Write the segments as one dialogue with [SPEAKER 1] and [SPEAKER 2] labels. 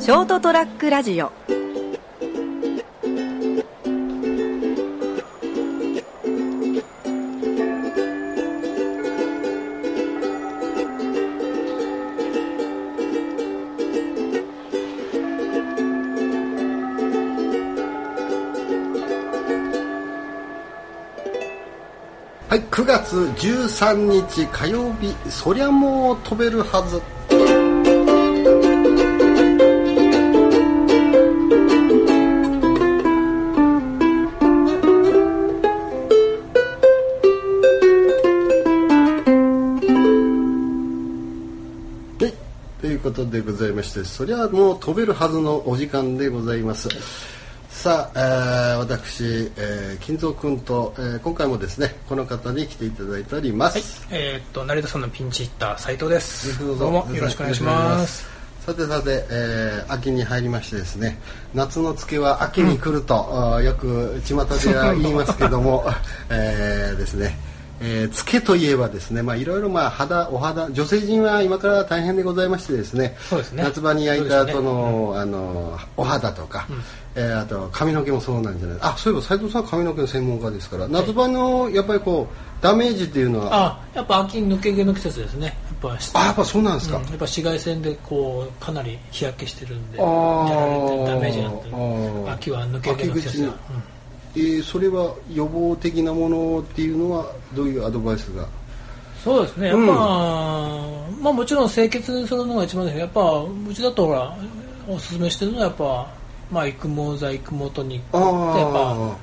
[SPEAKER 1] ショートトラックラジオ
[SPEAKER 2] はい、9月13日火曜日、そりゃもう飛べるはず。はいということでございまして、そりゃもう飛べるはずのお時間でございます。さあ、えー私、えー金蔵君と、えー今回もですね、この方に来ていただいておりま
[SPEAKER 3] はい
[SPEAKER 2] す。、
[SPEAKER 3] えーっと成田さんのピンチヒッター斉藤です。どうもよろしくお願いします。。
[SPEAKER 2] さてさて、えー秋に入りましてですね、夏の漬けは秋に来ると、あーよく巷では言いますけども、 えーですね、えー、漬けといえばですね、まあいろいろまあ肌お肌女性陣は今から大変でございましてですね、
[SPEAKER 3] そうですね
[SPEAKER 2] 夏場に焼いた後
[SPEAKER 3] そうです
[SPEAKER 2] の、あのお肌とか、えーあと髪の毛もそうなんじゃない。あ、そういえば斉藤さんは髪の毛の専門家ですから、夏場のやっぱりこうダメージっていうのは、
[SPEAKER 3] あ、やっぱ秋抜け毛の季節ですね。やっぱし
[SPEAKER 2] あやっぱそうなんですか。
[SPEAKER 3] うんやっぱ紫外線でこうかなり日焼けしてるんで、
[SPEAKER 2] あ
[SPEAKER 3] や
[SPEAKER 2] ー
[SPEAKER 3] られてダメージがあって
[SPEAKER 2] あー
[SPEAKER 3] 秋は抜け毛の季節だ。
[SPEAKER 2] 秋口えーそれは予防的なものっていうのはどういうアドバイスが
[SPEAKER 3] そうですね、やっ
[SPEAKER 2] う
[SPEAKER 3] ぱ、
[SPEAKER 2] ん
[SPEAKER 3] まあもちろん清潔にするのが一番ですけど、やっぱうちだとほら、おすすめしてるのはやっぱ、まあ育毛剤、育毛トニック
[SPEAKER 2] あ
[SPEAKER 3] って、やっ
[SPEAKER 2] あ
[SPEAKER 3] ぱ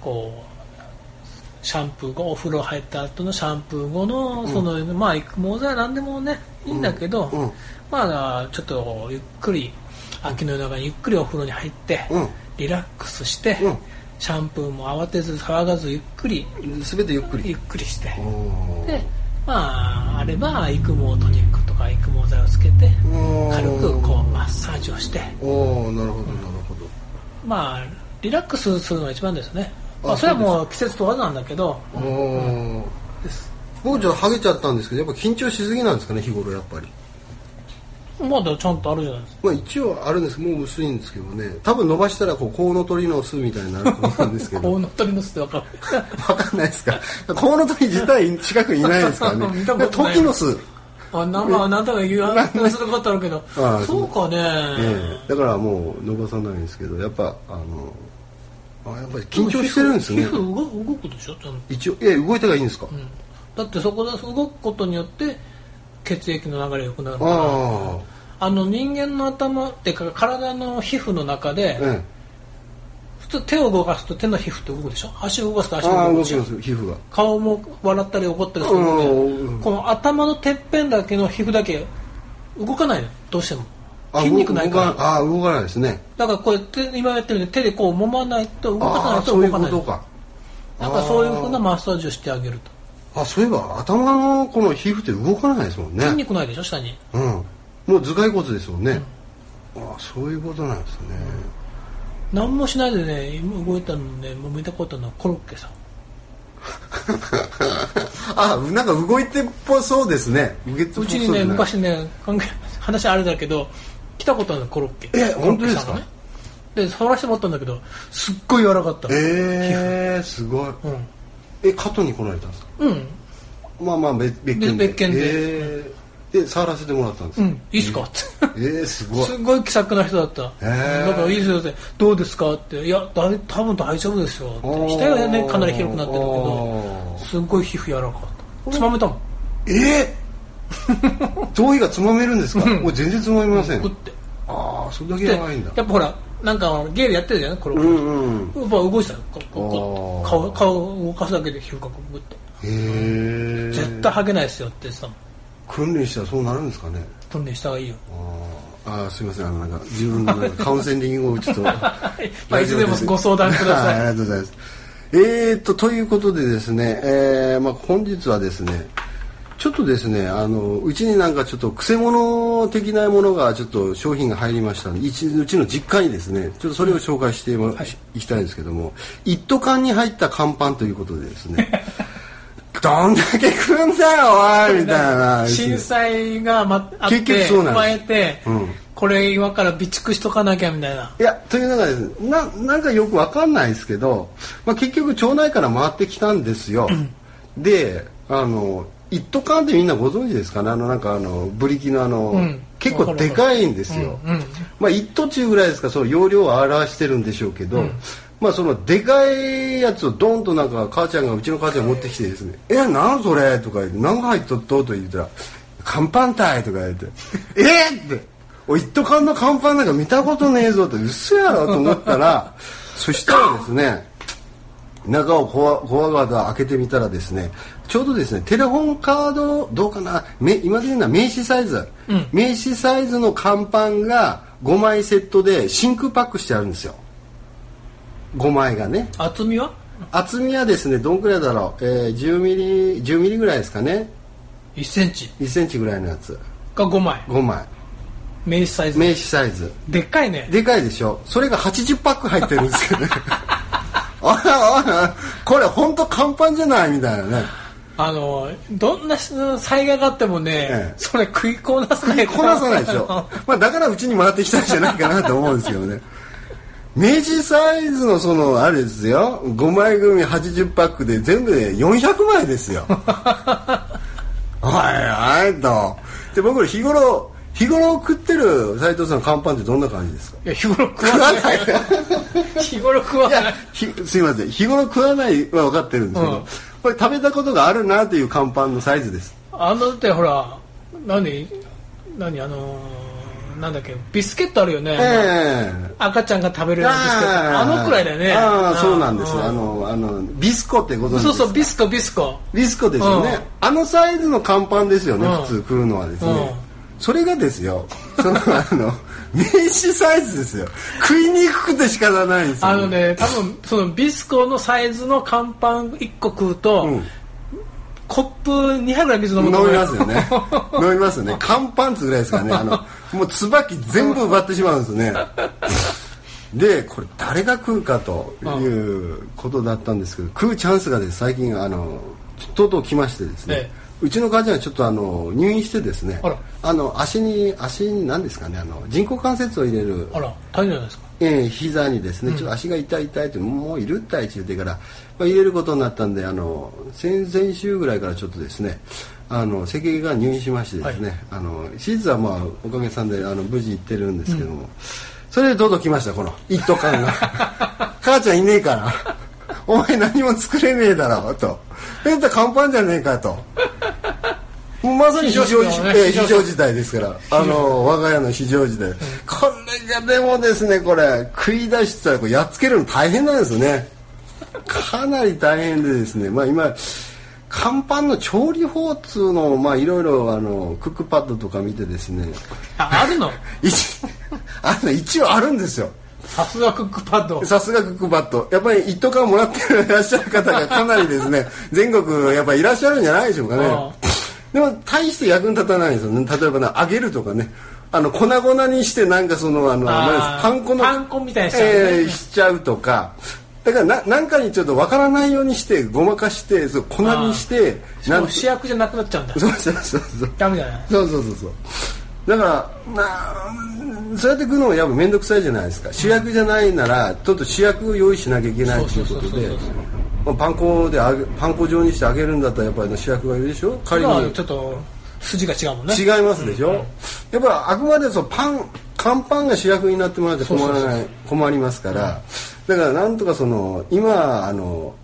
[SPEAKER 3] こう、シャンプー後、お風呂入った後のシャンプー後の、その、まあ育毛剤は何でもね、いいんだけど、
[SPEAKER 2] うんうん
[SPEAKER 3] まあちょっとゆっくり、秋の夜中にゆっくりお風呂に入って、
[SPEAKER 2] うん
[SPEAKER 3] リラックスして、
[SPEAKER 2] うん
[SPEAKER 3] シャンプーも慌てず騒がずゆっくり、
[SPEAKER 2] 全てゆっくり
[SPEAKER 3] ゆっくりして。
[SPEAKER 2] おー
[SPEAKER 3] でまああれば育毛トニックとか育毛剤をつけて
[SPEAKER 2] おー
[SPEAKER 3] 軽くこうマッサージをして
[SPEAKER 2] おーなるほどなるほど
[SPEAKER 3] まあリラックスするのが一番ですね、ま
[SPEAKER 2] あ
[SPEAKER 3] あ、それはもう季節問わずなんだけど
[SPEAKER 2] おー
[SPEAKER 3] です
[SPEAKER 2] 僕ちょっとハゲちゃったんですけどやっぱ緊張しすぎなんですかね日頃やっぱり
[SPEAKER 3] まだちゃんとあるじゃないですか
[SPEAKER 2] まあ一応あるんですもう薄いんですけどね多分伸ばしたらこうコウノトリの巣みたいになると思うんですけど
[SPEAKER 3] コウノトリの巣って分かる
[SPEAKER 2] わかんないですかコウノトリ自体近くにいないですからね
[SPEAKER 3] 見たことない
[SPEAKER 2] 時の巣
[SPEAKER 3] あなまあなんだか言う話することあるけど
[SPEAKER 2] あ
[SPEAKER 3] そうかね、
[SPEAKER 2] ええだからもう伸ばさないんですけどやっぱあのあやっぱり緊張してるんですね
[SPEAKER 3] 皮膚動く動くでしょちゃんと
[SPEAKER 2] 一応いや動いたがいいんですか、
[SPEAKER 3] だってそこで動くことによって血液の流れが良くなるから
[SPEAKER 2] あ
[SPEAKER 3] あの人間の頭ってか体の皮膚の中で、
[SPEAKER 2] あ、え
[SPEAKER 3] 普通手を動かすと手の皮膚って動くでしょ足を動かすと
[SPEAKER 2] え、
[SPEAKER 3] 足
[SPEAKER 2] あ
[SPEAKER 3] も
[SPEAKER 2] あ
[SPEAKER 3] 動
[SPEAKER 2] 動
[SPEAKER 3] くで
[SPEAKER 2] き
[SPEAKER 3] しょ
[SPEAKER 2] ます皮膚が
[SPEAKER 3] 顔も笑ったり怒ったりするので、
[SPEAKER 2] うん
[SPEAKER 3] この頭のてっぺんだけの皮膚だけ動かないのどうしても
[SPEAKER 2] あ
[SPEAKER 3] 筋肉ないから
[SPEAKER 2] 動ああ動かないですね
[SPEAKER 3] だからこうやって今やってるんで手でこう揉まないと動かさ
[SPEAKER 2] あ
[SPEAKER 3] な
[SPEAKER 2] あ
[SPEAKER 3] いと
[SPEAKER 2] そうい
[SPEAKER 3] 動
[SPEAKER 2] う
[SPEAKER 3] か
[SPEAKER 2] こ
[SPEAKER 3] ない
[SPEAKER 2] とか
[SPEAKER 3] だからそういうふうなマッサージをしてあげると
[SPEAKER 2] あそういえば頭のこの皮膚って動かないですもんね
[SPEAKER 3] 筋肉ないでしょ下に
[SPEAKER 2] うんもう頭蓋骨ですもんね、ああそういうことなんですね、
[SPEAKER 3] 何もしないでね今動いたのねもう見たことのコロッケさん
[SPEAKER 2] ああなんか動いてっぽそうですね動いてっぽ
[SPEAKER 3] う
[SPEAKER 2] そう
[SPEAKER 3] ち
[SPEAKER 2] じ
[SPEAKER 3] に
[SPEAKER 2] ゃない
[SPEAKER 3] ね昔ね関係話あれだけど来たことあるのコロッケ
[SPEAKER 2] え本当ですか
[SPEAKER 3] コロッケさんがねで触らせてもらったんだけどすっごい柔らかかったの
[SPEAKER 2] ええすごい、
[SPEAKER 3] 皮膚うん
[SPEAKER 2] え加藤に来られたんですか
[SPEAKER 3] うん、
[SPEAKER 2] まあまあ別別件で
[SPEAKER 3] で別件で
[SPEAKER 2] えーで触らせてもらったんです
[SPEAKER 3] う
[SPEAKER 2] か、
[SPEAKER 3] ん、いいっすかって。
[SPEAKER 2] えー、すごい
[SPEAKER 3] すごい気さくな人だった。
[SPEAKER 2] へー
[SPEAKER 3] だからいいですよって、どうですかって、いや、だい多分大丈夫ですよって。額がね、かなり広くなってるけ
[SPEAKER 2] お
[SPEAKER 3] ど
[SPEAKER 2] ー、
[SPEAKER 3] すっごい皮膚柔らかかった。つまめたもん。
[SPEAKER 2] えー、頭皮がつまめるんですかもう全然つまみません、
[SPEAKER 3] グって。
[SPEAKER 2] ああそれだけ
[SPEAKER 3] で、
[SPEAKER 2] や
[SPEAKER 3] や
[SPEAKER 2] ばいんだ
[SPEAKER 3] っぱほら、なんかゲームやってるじゃないこれ。
[SPEAKER 2] う
[SPEAKER 3] やっ
[SPEAKER 2] んうん
[SPEAKER 3] ぱ動いてたよ。こうこう
[SPEAKER 2] あ
[SPEAKER 3] 顔
[SPEAKER 2] ー
[SPEAKER 3] 顔動かすだけで皮膚がこうグって。
[SPEAKER 2] へえ
[SPEAKER 3] 絶対ハゲないですよって言ってたもん。
[SPEAKER 2] 訓練したらそうなるんですかね
[SPEAKER 3] 訓練した方がい いよ。
[SPEAKER 2] あーあーすいませんあのなんか自分のなんかカウンセリングをちょっと
[SPEAKER 3] まあいつでもご相談くだ
[SPEAKER 2] はい、あ
[SPEAKER 3] さい。
[SPEAKER 2] りがとうございます。えー、と、ということでですね、えーまあ、本日はですね、ちょっとですね、あの、うちになんかちょっと、くせ者的なものが、ちょっと商品が入りましたんで、一うちの実家にですね、ちょっとそれを紹介しても
[SPEAKER 3] はい
[SPEAKER 2] い、きたいんですけども、一斗缶に入った乾パンということでですね、どんだけ食 うんだよ、おいみたいな。
[SPEAKER 3] 震災がまあっ
[SPEAKER 2] 結局
[SPEAKER 3] て
[SPEAKER 2] そうなん
[SPEAKER 3] 加
[SPEAKER 2] で
[SPEAKER 3] え
[SPEAKER 2] す
[SPEAKER 3] て、
[SPEAKER 2] うん
[SPEAKER 3] これ今から備蓄しとかなきゃみたいない
[SPEAKER 2] やというのがですねななんかよくわかんないですけど、まあ、結局町内から回ってきたんですよ、であの一斗缶ってみんなご存知ですかねあのなんかあのブリキのあの、
[SPEAKER 3] うん
[SPEAKER 2] 結構でかいんですよ、
[SPEAKER 3] うんうん
[SPEAKER 2] まあ一斗中ぐらいですかその容量を表してるんでしょうけど、まあそのでかいやつをドンとなんか母ちゃんがうちの母ちゃんが持ってきてですね「えなんそれ?」とか言って「何が入っとっと?」と言ったら「乾パンたい」とか言って「えっ!」って「おい一斗缶の乾パンなんか見たことねえぞ」って「嘘やろ?」と思ったらそしたらですね中をコアコアガードを開けてみたらですねちょうどですねテレホンカードどうかなめ今で言うのは名刺サイズ、名刺サイズの乾パンが5枚セットで真空パックしてあるんですよ5枚がね
[SPEAKER 3] 厚みは
[SPEAKER 2] 厚みはですねどんくらいだろう、えー、10ミリ10ミリぐらいですかね
[SPEAKER 3] 1センチ
[SPEAKER 2] 1センチぐらいのやつ
[SPEAKER 3] が5枚
[SPEAKER 2] 5枚
[SPEAKER 3] 名刺サイズ
[SPEAKER 2] 名刺サイズ
[SPEAKER 3] でっかいね
[SPEAKER 2] でかいでしょそれが80パック入ってるんですよねあらあらこれ本当乾パンじゃないみたいなね
[SPEAKER 3] あのどんな災害があってもね、
[SPEAKER 2] ええ
[SPEAKER 3] それ食いこなさないと
[SPEAKER 2] こなさないでしょ、まあ、だからうちに回ってきたんじゃないかなと思うんですけどね明治サイズのそのあれですよ5枚組80パックで全部で400枚ですよはいはいとで僕ら日頃日頃食ってる斉藤さんの乾パンってどんな感じですか
[SPEAKER 3] いや日頃食わない日頃食わ
[SPEAKER 2] い
[SPEAKER 3] ない
[SPEAKER 2] や ひすいません日頃食わないは分かってるんですけど、
[SPEAKER 3] うん
[SPEAKER 2] これ食べたことがあるなという乾パンのサイズです
[SPEAKER 3] あのだってほら何何あのーなんだっけビスケットあるよね、
[SPEAKER 2] ええ
[SPEAKER 3] 赤ちゃんが食べるようなビスケット
[SPEAKER 2] あ
[SPEAKER 3] あ
[SPEAKER 2] ー
[SPEAKER 3] のくらいだよね
[SPEAKER 2] ああそうなんです
[SPEAKER 3] うん
[SPEAKER 2] あのあのビスコってご存知です
[SPEAKER 3] そ
[SPEAKER 2] か
[SPEAKER 3] うそうビスコビスコ
[SPEAKER 2] ビスコですよね、
[SPEAKER 3] うん
[SPEAKER 2] あのサイズの乾パンですよね、
[SPEAKER 3] うん
[SPEAKER 2] 普通来るのはですね、
[SPEAKER 3] うん
[SPEAKER 2] それがですよそのあの名刺サイズですよ食いにくくて仕方ないんですよ、
[SPEAKER 3] あのね多分そのビスコのサイズの乾パン1個食うと、
[SPEAKER 2] うん
[SPEAKER 3] コップ2杯ぐらい水飲
[SPEAKER 2] 飲
[SPEAKER 3] む
[SPEAKER 2] み
[SPEAKER 3] と思う
[SPEAKER 2] ます よね飲みますよね乾パンツぐらいですからねあのもう椿全部奪ってしまうんですねでこれ誰が食うかということだったんですけど食うチャンスがです最近あのとうとう来ましてですね、
[SPEAKER 3] ええ
[SPEAKER 2] うちの母ちゃんがちょっとあの入院してですね
[SPEAKER 3] あら
[SPEAKER 2] あの足に足に何ですかねあの人工関節を入れる
[SPEAKER 3] あら大変じゃないですか
[SPEAKER 2] ええ膝にですね、ちょっと足が痛い痛いって、もういるったいって言ってから、まあ、入れることになったんで、あの先々週ぐらいからちょっとですね、あの赤毛が入院しましてですね、あの手術はまあおかげさんであの無事行ってるんですけども、それで届きました、この一斗缶が。母ちゃんいねえから、お前何も作れねえだろ、と。えっと、乾パンじゃねえかと。もうまさに非常
[SPEAKER 3] 非常
[SPEAKER 2] 事
[SPEAKER 3] 事態
[SPEAKER 2] 態、
[SPEAKER 3] ね
[SPEAKER 2] ええ非常事態ですから、あの我が家の非常事態、これがでもですね、これ、食い出したらこれやっつけるの大変なんですね、かなり大変でですね、まあ、今、乾パンの調理法っつうのを、まあ、いろいろあのクックパッドとか見てですね、
[SPEAKER 3] ああるの
[SPEAKER 2] 一 あの一応あるんですよ。
[SPEAKER 3] さすがクックパッド
[SPEAKER 2] さすがクックパッド。やっぱり一斗缶もらっていらっしゃる方がかなりです ね、全国やっぱいらっしゃるんじゃないでしょうかね
[SPEAKER 3] ああ。
[SPEAKER 2] でも大して役に立たないですよね。例えばね、揚げるとかね。あの粉々にしてなんかそのあの
[SPEAKER 3] ああ
[SPEAKER 2] 何ですパン粉の
[SPEAKER 3] パン粉みたいにしちゃうね
[SPEAKER 2] えーしちゃうとか。だからななんかにちょっとわからないようにしてごまかしてそう粉にしてなん
[SPEAKER 3] もう主役じゃなくなっちゃうんだ
[SPEAKER 2] そうそうそうそう。
[SPEAKER 3] ダメだね
[SPEAKER 2] そうそうそうそうだからまあそうやって食うのもやっぱ面倒くさいじゃないですか主役じゃないならちょっと主役を用意しなきゃいけないということ
[SPEAKER 3] そうそう
[SPEAKER 2] で
[SPEAKER 3] そうそうそう
[SPEAKER 2] まあパン粉で揚げパン粉状にして揚げるんだったらやっぱり主役がいるでしょ
[SPEAKER 3] これ
[SPEAKER 2] 仮に
[SPEAKER 3] はちょっと筋が違うもんね
[SPEAKER 2] 違いますでしょ、やっぱりあくまでそのパン乾パンが主役になってもらって困らない困りますから、だからなんとかその今あの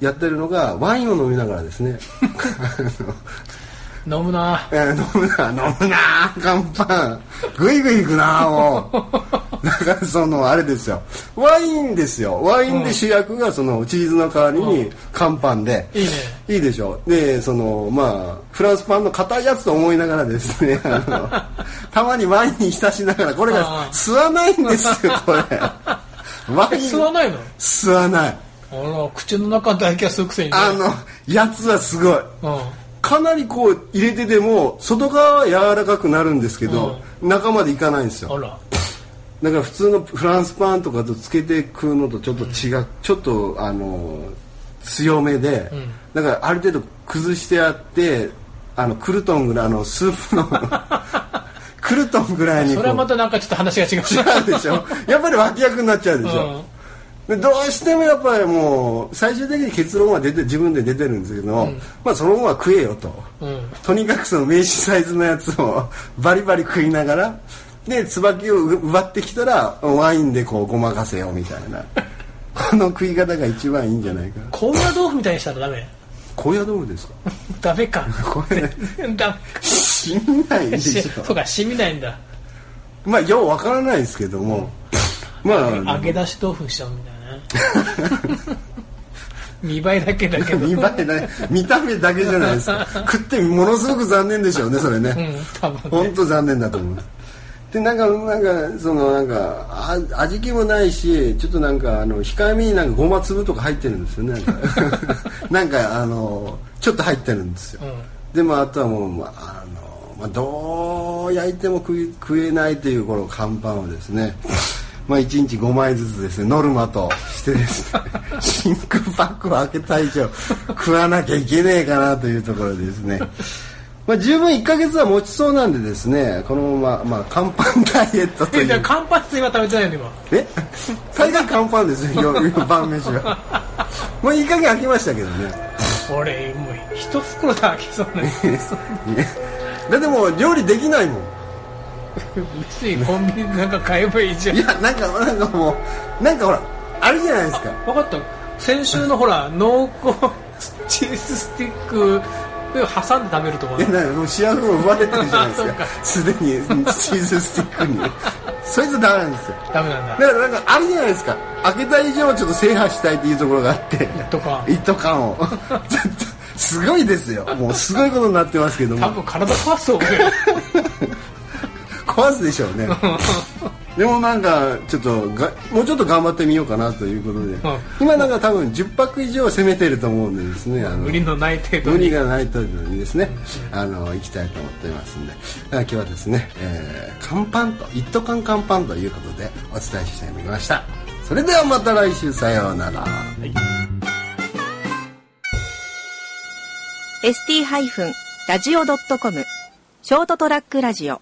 [SPEAKER 2] やってるのがワインを飲みながらですね あの
[SPEAKER 3] 飲むな
[SPEAKER 2] えー飲むな飲むな乾パングイグイいくなもうだからそのあれですよワインですよワインで主役がそのチーズの代わりに乾パンで、
[SPEAKER 3] いいね
[SPEAKER 2] いいでしょでそのまあフランスパンの硬いやつと思いながらですねあのたまにワインに浸しながらこれ
[SPEAKER 3] あ
[SPEAKER 2] が
[SPEAKER 3] あ
[SPEAKER 2] 吸わないんですよ これワイン
[SPEAKER 3] 吸わないの
[SPEAKER 2] 吸わない
[SPEAKER 3] あら口の中の唾液が吸うくせにね
[SPEAKER 2] あのやつはすごい
[SPEAKER 3] うん
[SPEAKER 2] かなりこう入れてでも外側は柔らかくなるんですけど、中までいかないんですよ
[SPEAKER 3] あら
[SPEAKER 2] だから普通のフランスパンとかとつけて食うのとちょっと違う、ちょっとあの強めで、だからある 程度崩してあってあのクルトンぐらいあのスープのククルトンぐらいにこ
[SPEAKER 3] そうれはまたなんかちょっと話が違う
[SPEAKER 2] 違うでしょ やっぱり脇役になっちゃうでしょ、でどうしてもやっぱりもう最終的に結論は出て自分で出てるんですけど、まあそのまま食えよと
[SPEAKER 3] うん、うん、
[SPEAKER 2] とにかくその名刺サイズのやつを バリバリ食いながらで椿を奪ってきたらワインでこうごまかせよみたいな この食い方が一番いいんじゃないか
[SPEAKER 3] 高野豆腐みたいにしたらダメ
[SPEAKER 2] 高野豆腐ですか
[SPEAKER 3] ダ メか
[SPEAKER 2] これ
[SPEAKER 3] ダ
[SPEAKER 2] 死んない
[SPEAKER 3] メ
[SPEAKER 2] で
[SPEAKER 3] かし
[SPEAKER 2] し
[SPEAKER 3] そう
[SPEAKER 2] ょ
[SPEAKER 3] か染みないんだ
[SPEAKER 2] まあようわからないですけどもまあ
[SPEAKER 3] 揚げ出し豆腐にしちゃうんだよね 見栄えだけだけど
[SPEAKER 2] 見栄えだね見た目だけじゃないですか食ってものすごく残念でしょうねそれね、
[SPEAKER 3] うん多分 ね
[SPEAKER 2] 本当残念だと思うでなんかなんかそのなんかあ味気もないしちょっとなんかあの控えめになんかごま粒とか入ってるんですよね なんかなんかあのちょっと入ってるんですよ、
[SPEAKER 3] うん
[SPEAKER 2] でまああとはもう、まああのまあ、どう焼いても食い食えないというこの看板をですねまあ1日5枚ずつですねノルマとしてです ね真空パックを開けた以上食わなきゃいけねえかなというところでですねまあ十分1ヶ月は持ちそうなんでですねこのまま、まあ、乾パンダイエットと
[SPEAKER 3] え
[SPEAKER 2] い
[SPEAKER 3] じゃあ
[SPEAKER 2] う
[SPEAKER 3] 乾パンって今食べてないの今
[SPEAKER 2] え大概乾パンです よ夜夜晩飯はもういい加減開けましたけどね
[SPEAKER 3] 俺もう一袋で開けそうな
[SPEAKER 2] だってもう料理できないもん
[SPEAKER 3] 別にコンビニなんか買えばいいじゃん
[SPEAKER 2] いやなんかなんかもうなんかほらあるじゃないですか
[SPEAKER 3] 分かった先週のほら濃厚チーズスティックを挟んで食べるとか
[SPEAKER 2] いやなんかもう幸せも奪われてるじゃないですか
[SPEAKER 3] あ
[SPEAKER 2] すでにチーズスティックにそいつダメなんですよ
[SPEAKER 3] ダメなん
[SPEAKER 2] だ
[SPEAKER 3] だ
[SPEAKER 2] からなんかあるじゃないですか開けた以上はちょっと制覇したいっていうところがあって
[SPEAKER 3] とか
[SPEAKER 2] 一斗缶をちょっとすごいですよもうすごいことになってますけど
[SPEAKER 3] 多
[SPEAKER 2] も
[SPEAKER 3] 分体壊すと思うよ
[SPEAKER 2] 壊すでしょうねでもなんかちょっとがもうちょっと頑張ってみようかなということで、今なんか多分10泊以上攻めてると思うんでですねあの
[SPEAKER 3] 無理のない程度
[SPEAKER 2] 無理
[SPEAKER 3] に
[SPEAKER 2] がないというのにですね、あの行きたいと思っていますんで、だから今日はですね、えー、乾パンと一斗缶乾パンということでお伝えしてみました。それではまた来週さようなら。
[SPEAKER 1] ST-radio.com ショートトラックラジオ